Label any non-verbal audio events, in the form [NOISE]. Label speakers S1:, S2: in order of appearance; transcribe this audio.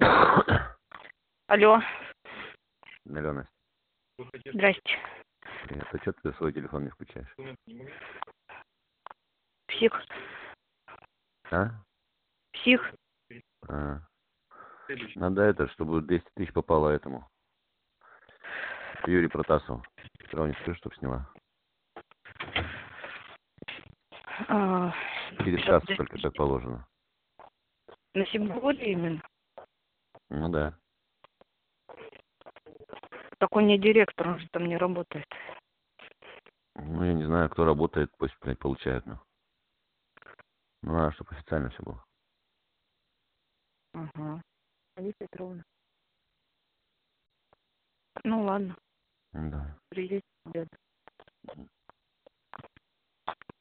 S1: [COUGHS]
S2: Алло,
S1: Алена,
S2: здрасте.
S1: привет. А что ты свой телефон не включаешь?
S2: Псих,
S1: А?
S2: псих.
S1: А. Надо это, чтобы 200 тысяч попало этому. Юрий Протасову. Вчера не скажу, чтоб сняла.
S2: А,
S1: Через
S2: сейчас
S1: час
S2: для-
S1: только так положено.
S2: На сегодня именно.
S1: Ну да.
S2: Так он не директор, он же там не работает.
S1: Ну я не знаю, кто работает, пусть блядь, получает. Ну, ну надо, чтобы официально все было.
S2: Ага. Петровна. Ну ладно,
S1: Ну Да.
S2: приедете.